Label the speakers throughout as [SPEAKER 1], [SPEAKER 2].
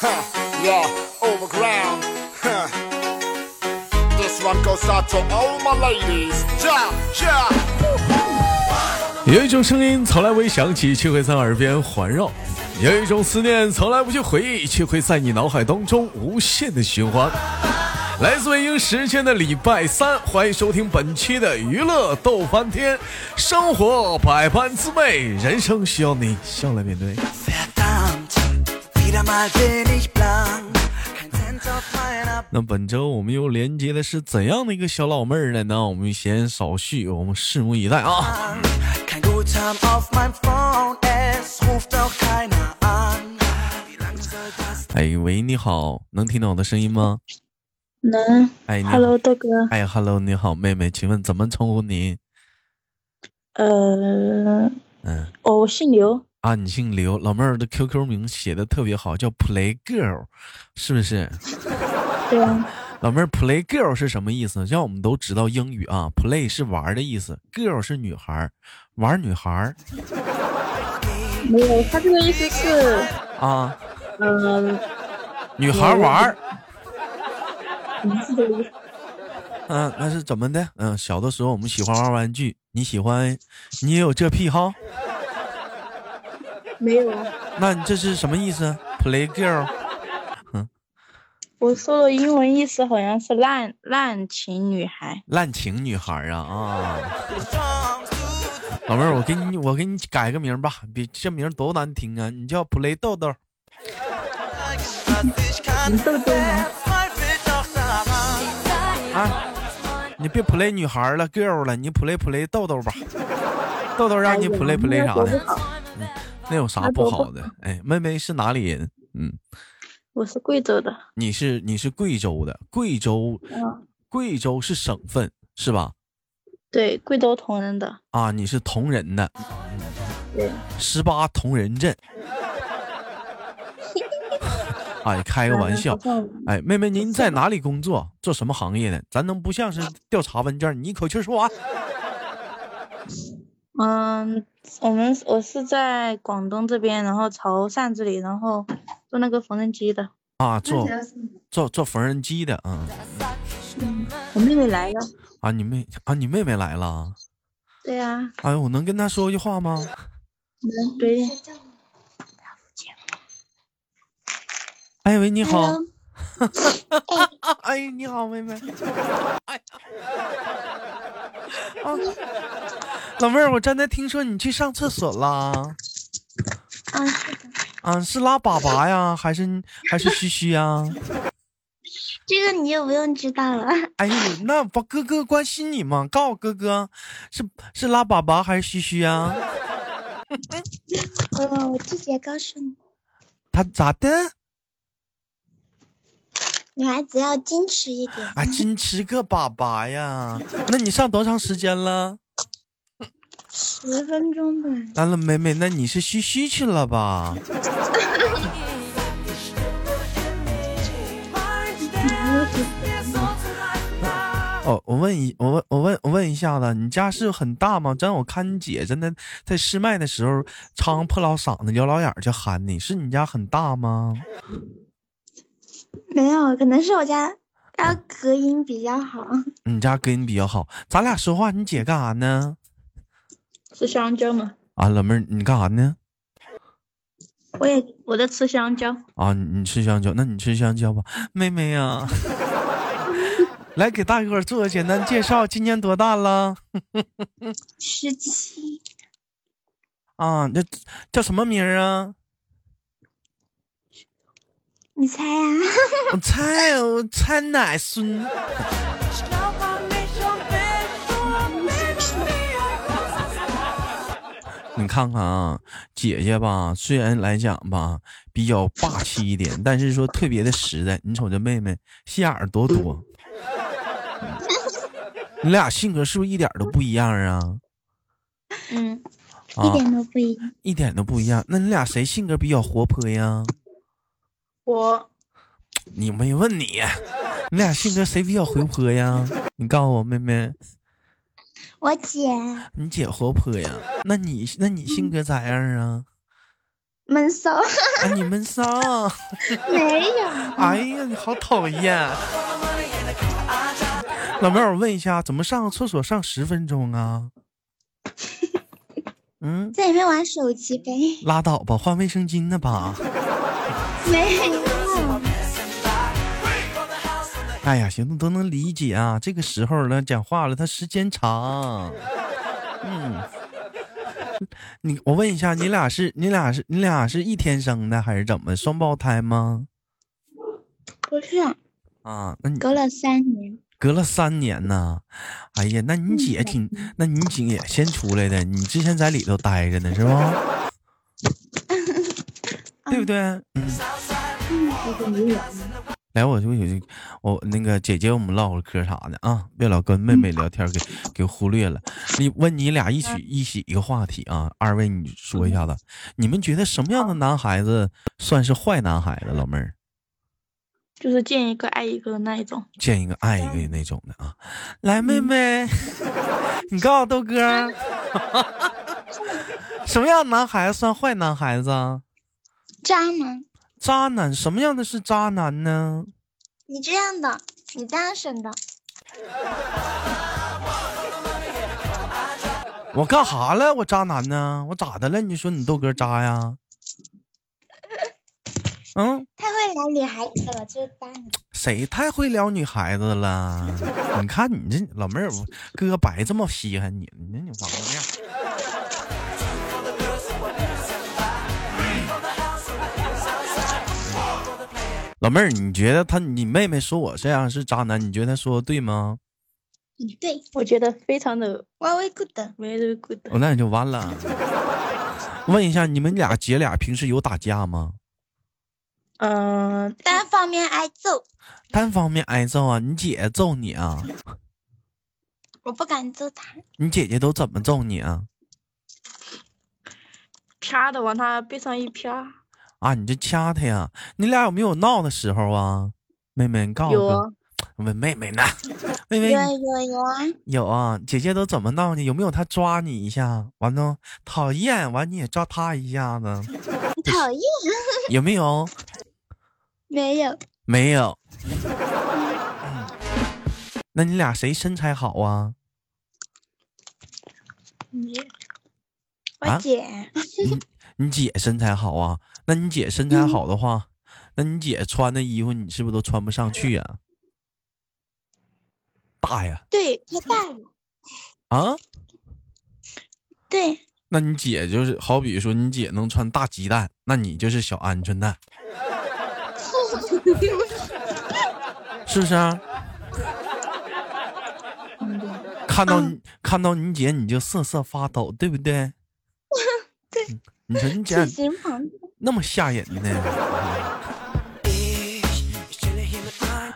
[SPEAKER 1] huh, yeah, overground. Huh. This one goes out to all my ladies. Yeah, yeah.
[SPEAKER 2] 有一种声音从来未响起，却会在耳边环绕；有一种思念从来不去回忆，却会在你脑海当中无限的循环。来自北京时间的礼拜三，欢迎收听本期的娱乐逗翻天，生活百般滋味，人生需要你笑来面对。
[SPEAKER 3] Verdammt, wieder mal bin ich blank. Kein Cent auf meiner
[SPEAKER 2] 那本周我们又连接的是怎样的一个小老妹儿呢？那我们闲少叙，我们拭目以待啊！
[SPEAKER 3] Bank. Kein Guthaben auf meinem Phone, es ruft auch keiner an. Wie lange soll das
[SPEAKER 2] 哎喂，你好，能听到我的声音吗？
[SPEAKER 4] 能
[SPEAKER 2] 哎你好
[SPEAKER 4] ，Hello，豆哥，
[SPEAKER 2] 哎，Hello，你好，妹妹，请问怎么称呼你？
[SPEAKER 4] 呃，
[SPEAKER 2] 嗯，
[SPEAKER 4] 哦，我姓刘，
[SPEAKER 2] 啊，你姓刘，老妹儿的 QQ 名写的特别好，叫 Play Girl，是不是？
[SPEAKER 4] 对啊，
[SPEAKER 2] 老妹儿，Play Girl 是什么意思？像我们都知道英语啊，Play 是玩儿的意思，Girl 是女孩儿，玩儿女孩儿
[SPEAKER 3] geht?
[SPEAKER 4] 没有，他这个意思是，
[SPEAKER 2] 啊，
[SPEAKER 4] 嗯、
[SPEAKER 2] 女孩儿玩儿。
[SPEAKER 4] 名字的意思，
[SPEAKER 2] 嗯，那是怎么的？嗯，小的时候我们喜欢玩玩具，你喜欢，你也有这癖好？
[SPEAKER 4] 没有，
[SPEAKER 2] 那你这是什么意思？Play Girl
[SPEAKER 4] 我说的英文意思好像是滥滥情女孩，
[SPEAKER 2] 滥情女孩儿啊啊！
[SPEAKER 3] Songs, du
[SPEAKER 2] 老妹儿，我给你我给你改个名儿吧，比这名儿多难听啊！你叫 Play 豆豆。
[SPEAKER 3] zeigst, was ich kann.
[SPEAKER 4] Ein Dodo.
[SPEAKER 3] Verzweifelt doch daran.
[SPEAKER 2] 啊，你别 play 女孩了，girl 了，你 play play 豆豆吧，豆豆让你 play play 啥
[SPEAKER 4] 哎我
[SPEAKER 2] 的，嗯那有啥不好的？哎，妹妹是哪里人？嗯，
[SPEAKER 4] 我是贵州的，
[SPEAKER 2] 你是你是贵州的，贵州
[SPEAKER 4] 嗯，
[SPEAKER 2] 贵州是省份是吧？
[SPEAKER 4] 对，贵州铜仁的，
[SPEAKER 2] 啊，你是铜仁的，
[SPEAKER 4] 对，
[SPEAKER 2] 十八铜仁 镇。哎，开个玩笑
[SPEAKER 4] 嗯好。像
[SPEAKER 2] 哎，妹妹，您在哪里工作？做什么行业的？咱能不像是调查问卷？你一口气儿说啊完。
[SPEAKER 4] 嗯，我们我是在广东这边，然后潮汕这里，然后做那个缝纫机的，
[SPEAKER 2] 啊，做做做缝纫机的，嗯。
[SPEAKER 4] 我妹妹来呀，
[SPEAKER 2] 啊，你妹啊，你妹妹来了！
[SPEAKER 4] 对呀、啊，
[SPEAKER 2] 哎，我能跟她说句话吗？
[SPEAKER 4] 对，
[SPEAKER 2] 哎喂，你好。 哎，你好，妹妹。哎呀，啊，老妹儿，我刚才听说你去上厕所啦？
[SPEAKER 4] 啊，是的。
[SPEAKER 2] 啊，是拉粑粑呀，还是还是嘘嘘呀？
[SPEAKER 4] 这个你就不用知道了。
[SPEAKER 2] 哎呦，那不哥哥关心你吗？告诉我哥哥，是是拉粑粑还是嘘嘘啊呀？
[SPEAKER 4] 嗯，我直接告诉你，
[SPEAKER 2] 他咋的？
[SPEAKER 4] 女孩子要矜持一点。
[SPEAKER 2] 啊，真吃个粑粑呀？那你上多长时间了？
[SPEAKER 4] 十分钟吧。
[SPEAKER 2] 完了，妹妹，那你是嘘嘘去了吧？哦，我问一，我问，我问，我问一下子，你家是很大吗？真，我看你姐真的在试麦的时候，唱破老嗓子、摇老眼儿就喊你，是你家很大吗？
[SPEAKER 4] 没有，可能是我家它隔音比较好。
[SPEAKER 2] 你家隔音比较好，咱俩说话，你姐干啥呢？
[SPEAKER 4] 吃香蕉吗？
[SPEAKER 2] 啊，老妹儿，你干啥呢？
[SPEAKER 4] 我也我在吃香蕉。
[SPEAKER 2] 啊，你你吃香蕉，那你吃香蕉吧，妹妹呀、来给大伙儿做个简单介绍，今年多大了？
[SPEAKER 4] 十七，
[SPEAKER 2] 啊，那叫什么名儿啊？
[SPEAKER 4] 你猜呀、
[SPEAKER 2] 我猜，我猜奶孙。
[SPEAKER 3] Glaub an mich und bin so neben mir.
[SPEAKER 2] 你看看啊，姐姐吧，虽然来讲吧比较霸气一点，但是说特别的实在。你瞅这妹妹心眼儿多多，你俩性格是不是一点儿都不一样啊？
[SPEAKER 4] 嗯，
[SPEAKER 2] 啊，
[SPEAKER 4] 都不一样。
[SPEAKER 2] 一点都不一样。那你俩谁性格比较活泼呀？
[SPEAKER 4] 我
[SPEAKER 2] 你没问你，你俩性格谁比较活泼呀？你告诉我，妹妹，
[SPEAKER 4] 我姐
[SPEAKER 2] 你姐活泼呀？那你那你性格咋样啊？
[SPEAKER 4] 闷骚，
[SPEAKER 2] 啊，你闷骚！
[SPEAKER 4] 没有，
[SPEAKER 2] 哎呀，你好讨厌！啊老妹儿，我问一下，怎么上个厕所上十分钟啊？嗯，
[SPEAKER 4] 在里面玩手机呗，
[SPEAKER 2] 拉倒吧，换卫生巾呢吧？
[SPEAKER 4] 没有。
[SPEAKER 2] 哎呀，行，都能理解啊。这个时候呢，讲话了，他时间长。嗯，你我问一下，你俩是你俩是你俩是一天生的还是怎么？双胞胎吗？
[SPEAKER 4] 不是，
[SPEAKER 2] 啊，那你
[SPEAKER 4] 隔了三年，
[SPEAKER 2] 隔了三年呢，哎呀，那你姐挺，那你姐也先出来的，你之前在里头待着呢，是不？对不对？嗯，
[SPEAKER 4] 我感觉有
[SPEAKER 2] 来，我就有一我那个姐姐，我们唠会儿嗑啥的啊，别老跟妹妹聊天给给忽略了。你问你俩一起一起一个话题啊，二位你说一下子，你们觉得什么样的男孩子算是坏男孩子？老妹儿，
[SPEAKER 4] 就是见一个爱一个的那一种。
[SPEAKER 2] 见一个爱一个的那种的啊。来，妹妹， 你告诉豆哥儿，什么样的男孩子算坏男孩子？啊？
[SPEAKER 5] 渣男，
[SPEAKER 2] 渣男，什么样的是渣男呢？
[SPEAKER 5] 你这样的，你单身的，
[SPEAKER 2] 我干啥了？我渣男呢？我咋的了？你说你豆哥渣呀？嗯，
[SPEAKER 5] 太会聊女孩子了，就是渣男。
[SPEAKER 2] 谁太会撩女孩子了？你看你这老妹儿，我哥白这么稀罕你，你你王八蛋！老妹儿，你觉得他你妹妹说我这样是渣男，你觉得她说的对吗？
[SPEAKER 5] 你对
[SPEAKER 4] 我觉得非常的
[SPEAKER 5] ，very good，
[SPEAKER 4] very good。
[SPEAKER 2] 哦，那你就完了。问一下，你们俩姐俩平时有打架吗？
[SPEAKER 4] 嗯、
[SPEAKER 5] 单方面挨揍，
[SPEAKER 2] 单方面挨揍啊？你姐揍你啊？
[SPEAKER 5] 我不敢揍他，
[SPEAKER 2] 你姐姐都怎么揍你啊？
[SPEAKER 4] 啪的往他背上一啪，
[SPEAKER 2] 啊，你就掐她呀？你俩有没有闹的时候啊？妹妹，你告诉
[SPEAKER 4] 有啊
[SPEAKER 2] 我，问妹妹 呢？妹
[SPEAKER 5] 有
[SPEAKER 2] 妹
[SPEAKER 5] 啊有啊有啊，
[SPEAKER 2] 有啊？姐姐都怎么闹呢？有没有她抓你一下？完了，讨厌，完你也抓她一下子，
[SPEAKER 5] 你讨厌
[SPEAKER 2] 有没有？
[SPEAKER 5] 没有？
[SPEAKER 2] 没有。嗯那你俩谁身材好啊？
[SPEAKER 4] 你
[SPEAKER 2] 啊
[SPEAKER 5] 我姐
[SPEAKER 2] 你姐身材好啊？那你姐身材好的话，
[SPEAKER 4] 嗯
[SPEAKER 2] 那你姐穿的衣服你是不是都穿不上去呀、大呀
[SPEAKER 5] 对太大了，
[SPEAKER 2] 啊！
[SPEAKER 5] 对
[SPEAKER 2] 那你姐就是好比说你姐能穿大鸡蛋，那你就是小鹌鹑蛋，是不是啊、看到你、看到你姐你就瑟瑟发抖，对不对？
[SPEAKER 5] 对
[SPEAKER 2] 嗯，你说你姐
[SPEAKER 5] 体型庞大，
[SPEAKER 2] 那么吓人呢？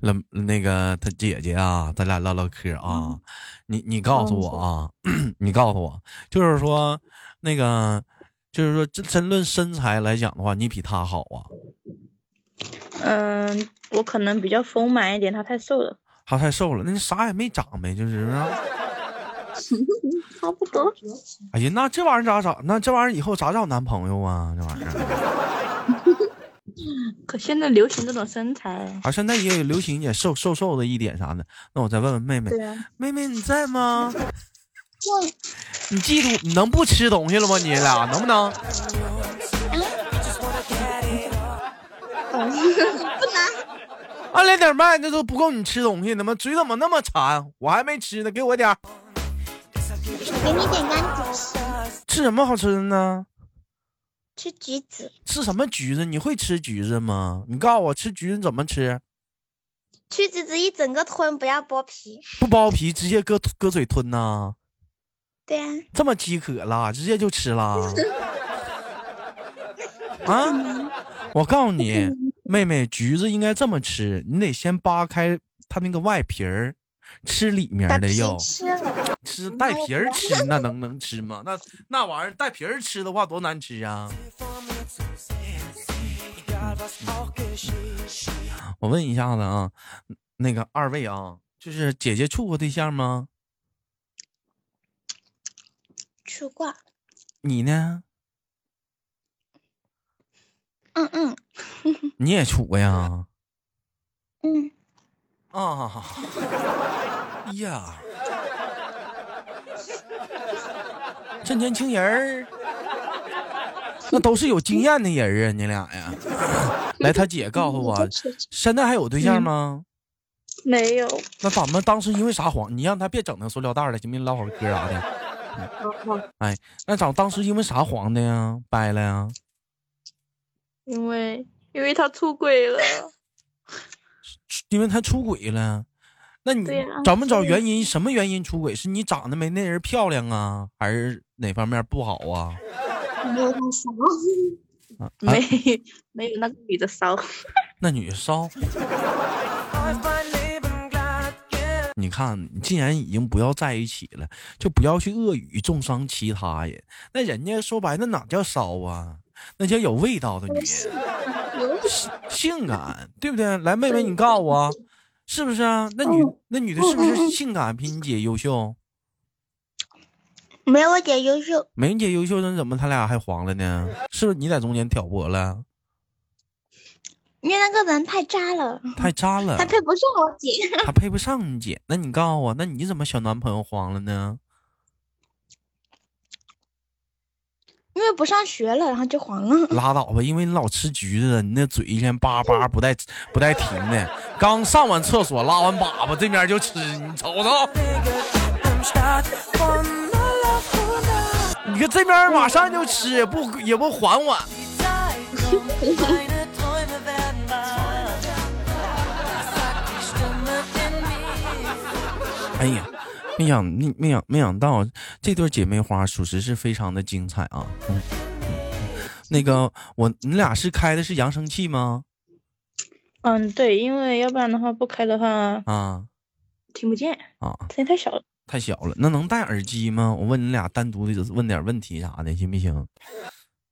[SPEAKER 2] 老那个他姐姐啊，咱俩唠唠嗑啊，你你告诉我啊， 你告诉我，就是说那个，就是说真真论身材来讲的话，你比他好啊，
[SPEAKER 4] 嗯、我可能比较丰满一点，他太瘦了，
[SPEAKER 2] 他太瘦了，那你啥也没长呗，就是啊。
[SPEAKER 4] 差不多。
[SPEAKER 2] 哎呀，那这玩意儿咋找？那这玩意儿以后咋找男朋友啊？这玩意儿，
[SPEAKER 4] 可现在流行这种身 材，
[SPEAKER 2] 啊，现在也有流行一点瘦瘦瘦的一点啥的。那我再问问妹妹，
[SPEAKER 4] 对啊，
[SPEAKER 2] 妹妹你在 吗？
[SPEAKER 5] 对，
[SPEAKER 2] 你嫉妒，你能不吃东西了吗？你俩能不能？啊，来点麦，那都不够你吃东西的吗？嘴怎么那么馋？我还没吃呢，给我点儿。
[SPEAKER 5] 我给你点干橘吃，
[SPEAKER 2] 吃什么好吃的呢？
[SPEAKER 5] 吃橘子，
[SPEAKER 2] 吃什么橘子？你会吃橘子吗？你告诉我，吃橘子怎么吃？
[SPEAKER 5] 吃橘子一整个吞，不要剥皮。
[SPEAKER 2] 不剥皮，直接搁搁嘴吞呐？
[SPEAKER 5] 对啊，
[SPEAKER 2] 这么饥渴啦，直接就吃啦？啊！我告诉你，妹妹，橘子应该这么吃，你得先扒开它那个外皮儿，吃里面
[SPEAKER 5] 把
[SPEAKER 2] 的
[SPEAKER 5] 皮
[SPEAKER 2] 肉。
[SPEAKER 5] 吃了，
[SPEAKER 2] 吃带皮儿吃，那能能吃吗？那那玩意儿带皮儿吃的话，多难吃啊！我问一下子啊，那个二位啊，就是姐姐处过对象吗？
[SPEAKER 5] 吃过，
[SPEAKER 2] 你呢？
[SPEAKER 5] 嗯嗯
[SPEAKER 2] 你也处过呀？
[SPEAKER 5] 嗯，
[SPEAKER 2] 啊，哎呀，这年轻人儿，那都是有经验的人啊，你俩 呀。来，他姐告诉
[SPEAKER 4] 嗯
[SPEAKER 2] 我，现在还有对象吗？
[SPEAKER 4] 没有，
[SPEAKER 2] 那咱们当时因为啥黄？你让他别整那塑料袋儿了，行不行？唠会儿嗑啥的。哎，那咱当时因为啥黄的呀？掰了呀？
[SPEAKER 4] 因为因为他出轨了，
[SPEAKER 2] 啊因为他出轨了。那你
[SPEAKER 4] 对呀
[SPEAKER 2] 找没找原因？什么原因出轨？是你长得没那人漂亮啊，还是哪方面不好啊？
[SPEAKER 5] 没有他骚，
[SPEAKER 2] 啊
[SPEAKER 4] 没
[SPEAKER 2] 啊、
[SPEAKER 4] 没有那个女的骚。
[SPEAKER 2] 那女骚，你看，你既然已经不要在一起了，就不要去恶语重伤其他人。那人家说白，那哪叫骚啊？那叫有味道的女人，性感，对不对？来，妹妹，你告诉我，是不是啊？那女那女的是不是性感比你姐优秀？
[SPEAKER 5] 没有我姐优秀，
[SPEAKER 2] 没你姐优秀，那怎么他俩还黄了呢？是不是你在中间挑拨了？
[SPEAKER 5] 因为那个人太渣了，
[SPEAKER 2] 太渣了
[SPEAKER 5] 他，配不上我姐。
[SPEAKER 2] 他配不上你姐。那你告诉我，那你怎么小男朋友黄了呢？
[SPEAKER 5] 因为不上学了，然后就黄了。
[SPEAKER 2] 拉倒吧，因为你老吃橘子，你那嘴一天叭叭不带不带停的。刚上完厕所拉完粑粑，这面就吃，你瞅瞅，你看这边马上就吃，也不也不缓缓。哎呀，没想没没想没想到这对姐妹花属实是非常的精彩啊！嗯，嗯那个我你俩是开的是扬声器吗？
[SPEAKER 4] 嗯，对，因为要不然的话不开的话
[SPEAKER 2] 啊
[SPEAKER 4] 听不见，
[SPEAKER 2] 啊，
[SPEAKER 4] 声音太小了。
[SPEAKER 2] 太小了，那能戴耳机吗？我问你俩单独的问点问题啥的，行不行？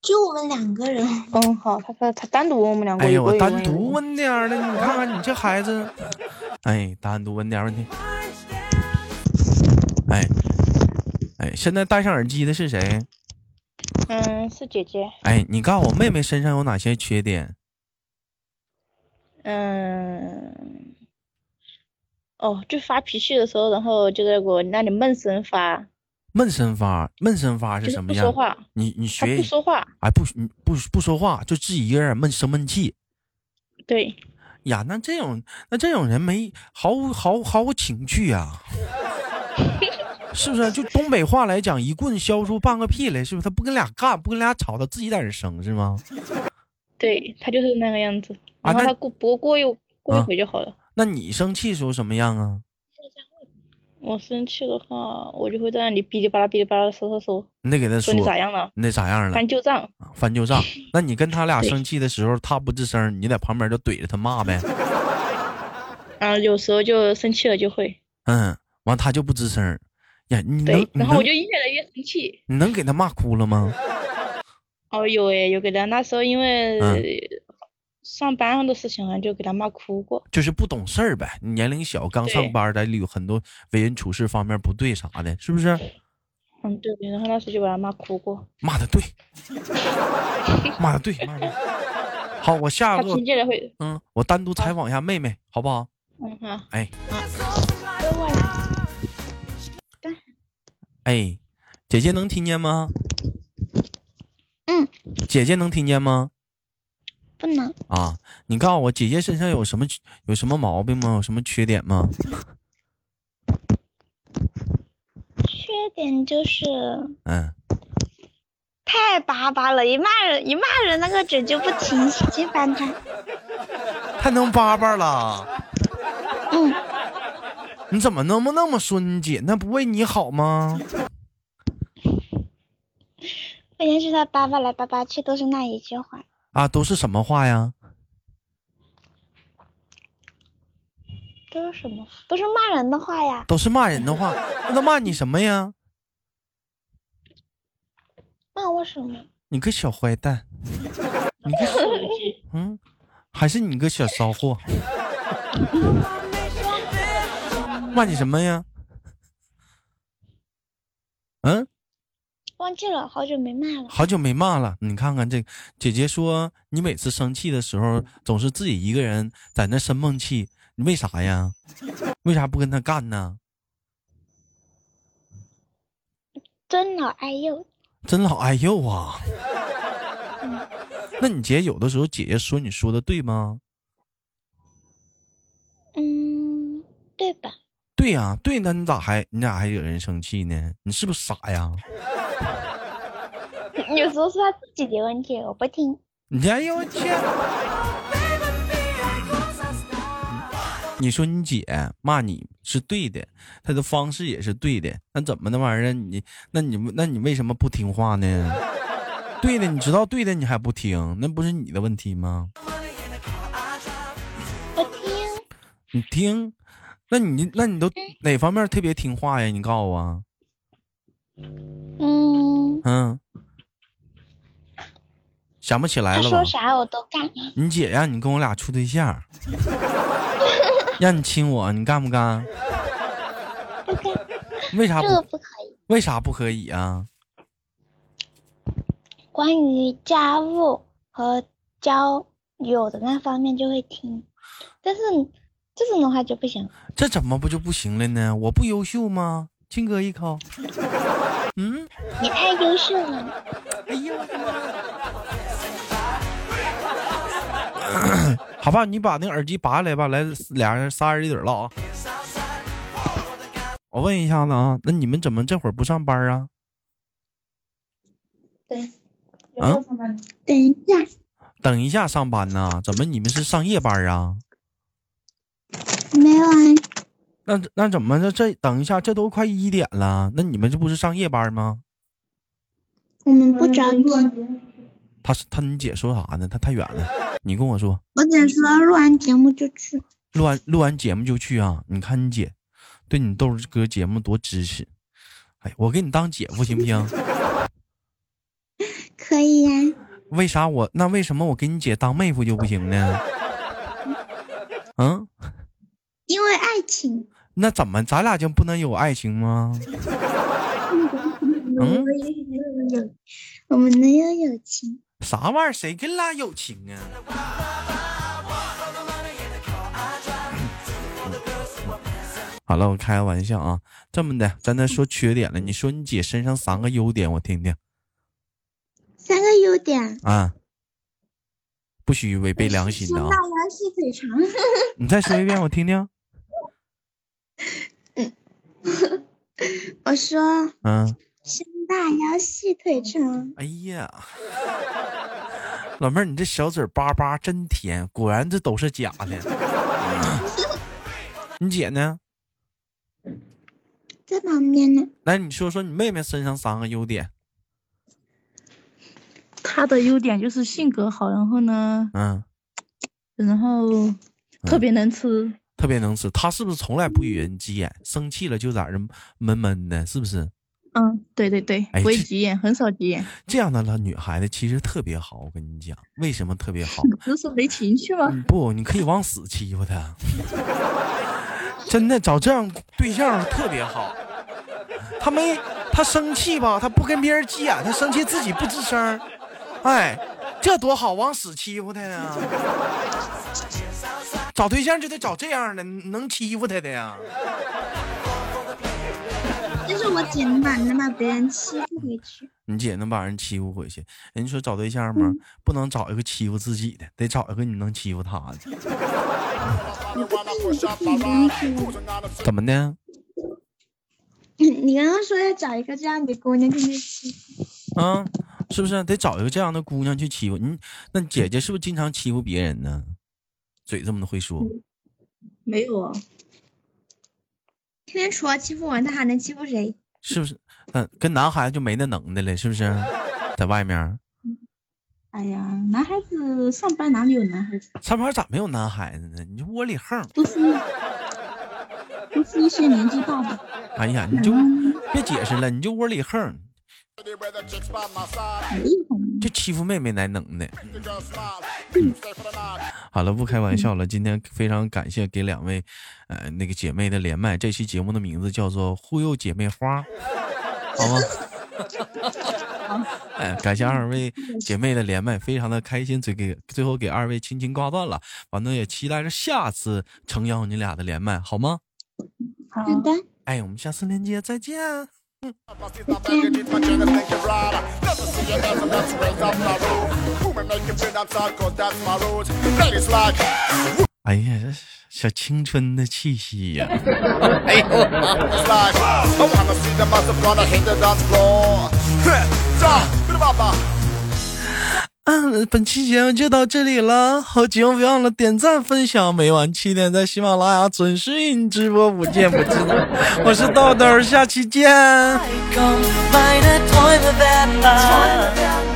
[SPEAKER 5] 就我们两个人，
[SPEAKER 4] 嗯，好，他他他单独啊问我们两个，
[SPEAKER 2] 哎呀，我
[SPEAKER 4] 也
[SPEAKER 2] 单独
[SPEAKER 4] 问
[SPEAKER 2] 问点儿的，你看看你这孩子，哎，单独问点儿问题，哎，哎，现在戴上耳机的是谁？
[SPEAKER 4] 你。嗯，是姐姐。
[SPEAKER 2] 哎，你告诉我妹妹身上有哪些缺点？
[SPEAKER 4] 嗯，哦，就发脾气的时候，然后就在我那里闷声发，
[SPEAKER 2] 闷声发，闷声发是
[SPEAKER 4] 就是
[SPEAKER 2] 什
[SPEAKER 4] 不
[SPEAKER 2] 么样？
[SPEAKER 4] 说话，
[SPEAKER 2] 你你
[SPEAKER 4] 她
[SPEAKER 2] 学一，
[SPEAKER 4] 不说话。
[SPEAKER 2] 哎不你不不说话，就自己一个人闷生闷气
[SPEAKER 4] 对，
[SPEAKER 2] 呀？那这种那这种人没毫无毫无毫无情趣啊，是不是？就东北话来讲，一棍削出半个屁来，是不是？他不跟俩干，不跟俩吵，他自己在这生是吗？
[SPEAKER 4] 对，她就是那个样子。
[SPEAKER 2] 啊
[SPEAKER 4] 然后
[SPEAKER 2] 那
[SPEAKER 4] 她过，不过过一过一
[SPEAKER 2] 啊
[SPEAKER 4] 会就好了。
[SPEAKER 2] 那你生气时候什么样啊？
[SPEAKER 4] 我生气的话，我就会在那里哔哩吧啦哔哩吧啦地说说说，
[SPEAKER 2] 你得给他
[SPEAKER 4] 说
[SPEAKER 2] 说，
[SPEAKER 4] 你咋样了，
[SPEAKER 2] 你得咋样了？
[SPEAKER 4] 翻旧账。
[SPEAKER 2] 啊翻旧 账。那你跟他俩
[SPEAKER 4] 对
[SPEAKER 2] 生气的时候，他不吱声，你在旁边就怼着他骂呗。
[SPEAKER 4] 然后啊有时候就生气了就会，
[SPEAKER 2] 嗯，完他就不吱声儿。呀，你能
[SPEAKER 4] 对，
[SPEAKER 2] 你
[SPEAKER 4] 然后我
[SPEAKER 2] 能
[SPEAKER 4] 就越来越生气。
[SPEAKER 2] 你能给他骂哭了吗？
[SPEAKER 4] 哦，有诶，有给他那时候
[SPEAKER 2] 嗯
[SPEAKER 4] 因为上班上的事情，好啊像就给他骂哭过。
[SPEAKER 2] 就是不懂事儿呗，你年龄小，刚上
[SPEAKER 4] 对
[SPEAKER 2] 班儿，在里有很多为人处事方面不对啥的，是不是？
[SPEAKER 4] 嗯，对，然后那时候就把他骂哭过。
[SPEAKER 2] 骂他 对，骂他对，骂他对。好，我下
[SPEAKER 4] 他
[SPEAKER 2] 个
[SPEAKER 4] 听见了会，
[SPEAKER 2] 嗯，我单独采访一下妹妹，好不好？
[SPEAKER 4] 嗯哈，
[SPEAKER 2] 哎
[SPEAKER 5] 我
[SPEAKER 2] 哎，姐姐能听见吗？
[SPEAKER 5] 嗯，
[SPEAKER 2] 姐姐能听见吗？
[SPEAKER 5] 不能，
[SPEAKER 2] 啊，你告诉我，姐姐身上有什么有什么毛病吗？有什么缺点吗？
[SPEAKER 5] 缺点就是
[SPEAKER 2] 嗯，
[SPEAKER 5] 太巴巴了，一骂人一骂人那个嘴就不停息，反正
[SPEAKER 2] 太能叭叭了。
[SPEAKER 5] 嗯，
[SPEAKER 2] 你怎么能不那么说你姐？那不为你好吗？
[SPEAKER 5] 我认识他巴巴来巴巴去都是那一句话，
[SPEAKER 2] 啊，都是什么话呀？
[SPEAKER 5] 都是什么？都是骂人的话呀。
[SPEAKER 2] 都是骂人的话。那他骂你什么呀？
[SPEAKER 5] 骂我什么？
[SPEAKER 2] 你个小坏蛋！你个小嗯，还是你个小骚货？骂你什么呀？嗯，
[SPEAKER 5] 忘记了，好久没骂了。
[SPEAKER 2] 好久没骂了，你看看这姐姐说，你每次生气的时候总是自己一个人在那生闷气，你为啥呀？为啥不跟他干呢？
[SPEAKER 5] 尊老爱幼，
[SPEAKER 2] 真老爱幼啊！那你姐有的时候姐姐说你说的对吗？
[SPEAKER 5] 嗯，对 吧？
[SPEAKER 2] 对呀、对，那你咋还你咋还惹人生气呢？你是不是傻呀？
[SPEAKER 5] 有时候是他自己的问题，我不听。
[SPEAKER 2] 你哎呦我去！你说你姐骂你是对的，她的方式也是对的，那怎么那玩意儿？你那你那你为什么不听话呢？对的，你知道对的，你还不听，那不是你的问题吗？
[SPEAKER 5] 不听，
[SPEAKER 2] 你听，那你那你都哪方面特别听话呀？你告诉我啊，
[SPEAKER 5] 嗯，
[SPEAKER 2] 嗯，想不起来
[SPEAKER 5] 他
[SPEAKER 2] 了吧？
[SPEAKER 5] 说啥我都干。
[SPEAKER 2] 你姐让你跟我俩处对象， 让你亲我，你干不干？为啥
[SPEAKER 5] 这个
[SPEAKER 2] 不？
[SPEAKER 5] 不可以。
[SPEAKER 2] 为啥不可以啊？
[SPEAKER 5] 关于家务和交友的那方面就会听，但是这种的话就不行。
[SPEAKER 2] 这怎么不就不行了呢？我不优秀吗？亲哥一口。嗯，
[SPEAKER 5] 你太优秀了，
[SPEAKER 2] 哎呦我的妈！好吧，你把那个耳机拔下来吧，来俩人仨人一起唠啊。我问一下子啊，那你们怎么这会儿不上班啊？
[SPEAKER 4] 对，
[SPEAKER 2] 有没有
[SPEAKER 4] 什么？
[SPEAKER 5] 等一下，
[SPEAKER 2] 等一下上班呢？怎么你们是上夜班啊？
[SPEAKER 5] 没有啊，
[SPEAKER 2] 那这那怎么着？这等一下，这都快一点了，那你们这不是上夜班吗？
[SPEAKER 5] 我们不着急。
[SPEAKER 2] 他是他你姐说啥呢？他太远了，你跟我说，
[SPEAKER 5] 我姐说录完节目就去。
[SPEAKER 2] 录完录完节目就去啊！你看你姐对你豆儿哥节目多支持，哎，我给你当姐夫行不行？
[SPEAKER 5] 可以呀、
[SPEAKER 2] 为啥我那为什么我给你姐当妹夫就不行呢？嗯，
[SPEAKER 5] 因为爱情。
[SPEAKER 2] 那怎么咱俩就不能有爱情吗？嗯，
[SPEAKER 5] 有，我们能有友情。
[SPEAKER 2] 啥玩意儿？谁跟拉友情啊？好了，我开个玩笑啊。这么的，咱再说缺点了，你说你姐身上三个优点，我听听
[SPEAKER 5] 三个优点。
[SPEAKER 2] 啊。不许违背良心的啊！
[SPEAKER 5] 腰细腿长。
[SPEAKER 2] 你再说一遍，我听听。
[SPEAKER 5] 我说
[SPEAKER 2] 嗯，
[SPEAKER 5] 胸大腰细腿长。
[SPEAKER 2] 哎呀， 老妹儿，你这小嘴巴巴真甜，果然这都是假 的。你姐呢？
[SPEAKER 5] 在旁边呢。
[SPEAKER 2] 来，你说说你妹妹身上三个优点。
[SPEAKER 4] 他的优点就是性格好，然后呢，
[SPEAKER 2] 嗯，
[SPEAKER 4] 然后特别能吃，
[SPEAKER 2] 特别能吃。他是不是从来不与人急眼？生气了就在这闷闷的，是不是？
[SPEAKER 4] 嗯，对对对
[SPEAKER 2] 哎，
[SPEAKER 4] 不会
[SPEAKER 2] 这
[SPEAKER 4] 急眼，很少急眼，
[SPEAKER 2] 这样的女孩子其实特别好，我跟你讲，为什么特别好？
[SPEAKER 4] 不是没情绪吗？
[SPEAKER 2] 嗯不，你可以往死欺负她。真的找这样对象特别好。她没，她生气吧，她不跟别人急眼，她生气自己不吱声儿。哎，这多好，往死欺负她呀！找对象就得找这样的，能欺负她的呀。
[SPEAKER 5] 但是我姐
[SPEAKER 4] 嗯
[SPEAKER 5] 能把能把别人欺负回去。
[SPEAKER 2] 你姐能把人欺负回去，人家说找对象嘛，不能找一个欺负自己的，得找一个你能欺负他的。怎么的？
[SPEAKER 5] 嗯你刚刚说要找一个这样的姑娘，就是欺负。
[SPEAKER 2] 啊，是不是得找一个这样的姑娘去欺负你？那姐姐是不是经常欺负别人呢？嘴这么的会说，
[SPEAKER 4] 没有啊，
[SPEAKER 5] 天天除了欺负我，她还能欺负谁？
[SPEAKER 2] 是不是？嗯、跟男孩子就没那能耐了，是不是？在外面
[SPEAKER 4] 哎呀，男孩子上班哪里有男孩子？
[SPEAKER 2] 上班咋没有男孩子呢？你就窝里横。
[SPEAKER 4] 都是都是一些年纪大的。
[SPEAKER 2] 哎呀，你就别解释了，你就窝里横，就欺负妹妹来能耐。好了，不开玩笑了。今天非常感谢给两位，呃，那个姐妹的连麦。这期节目的名字叫做《忽悠姐妹花》，好吗？哎，感谢二位姐妹的连麦，非常的开心。最给最后给二位轻轻挂断了，完了也期待着下次诚邀你俩的连麦，好吗？
[SPEAKER 4] 好，
[SPEAKER 5] 好的，
[SPEAKER 2] 哎，我们下次连接再见啊。 哎呀，这小青春的气息呀、 嗯，本期节目就到这里了，好节目别忘了点赞分享，每晚七点在喜马拉雅准时与你直播，不见不散。我是豆豆，下期见。
[SPEAKER 6] Komm, meine Träume werden wahr.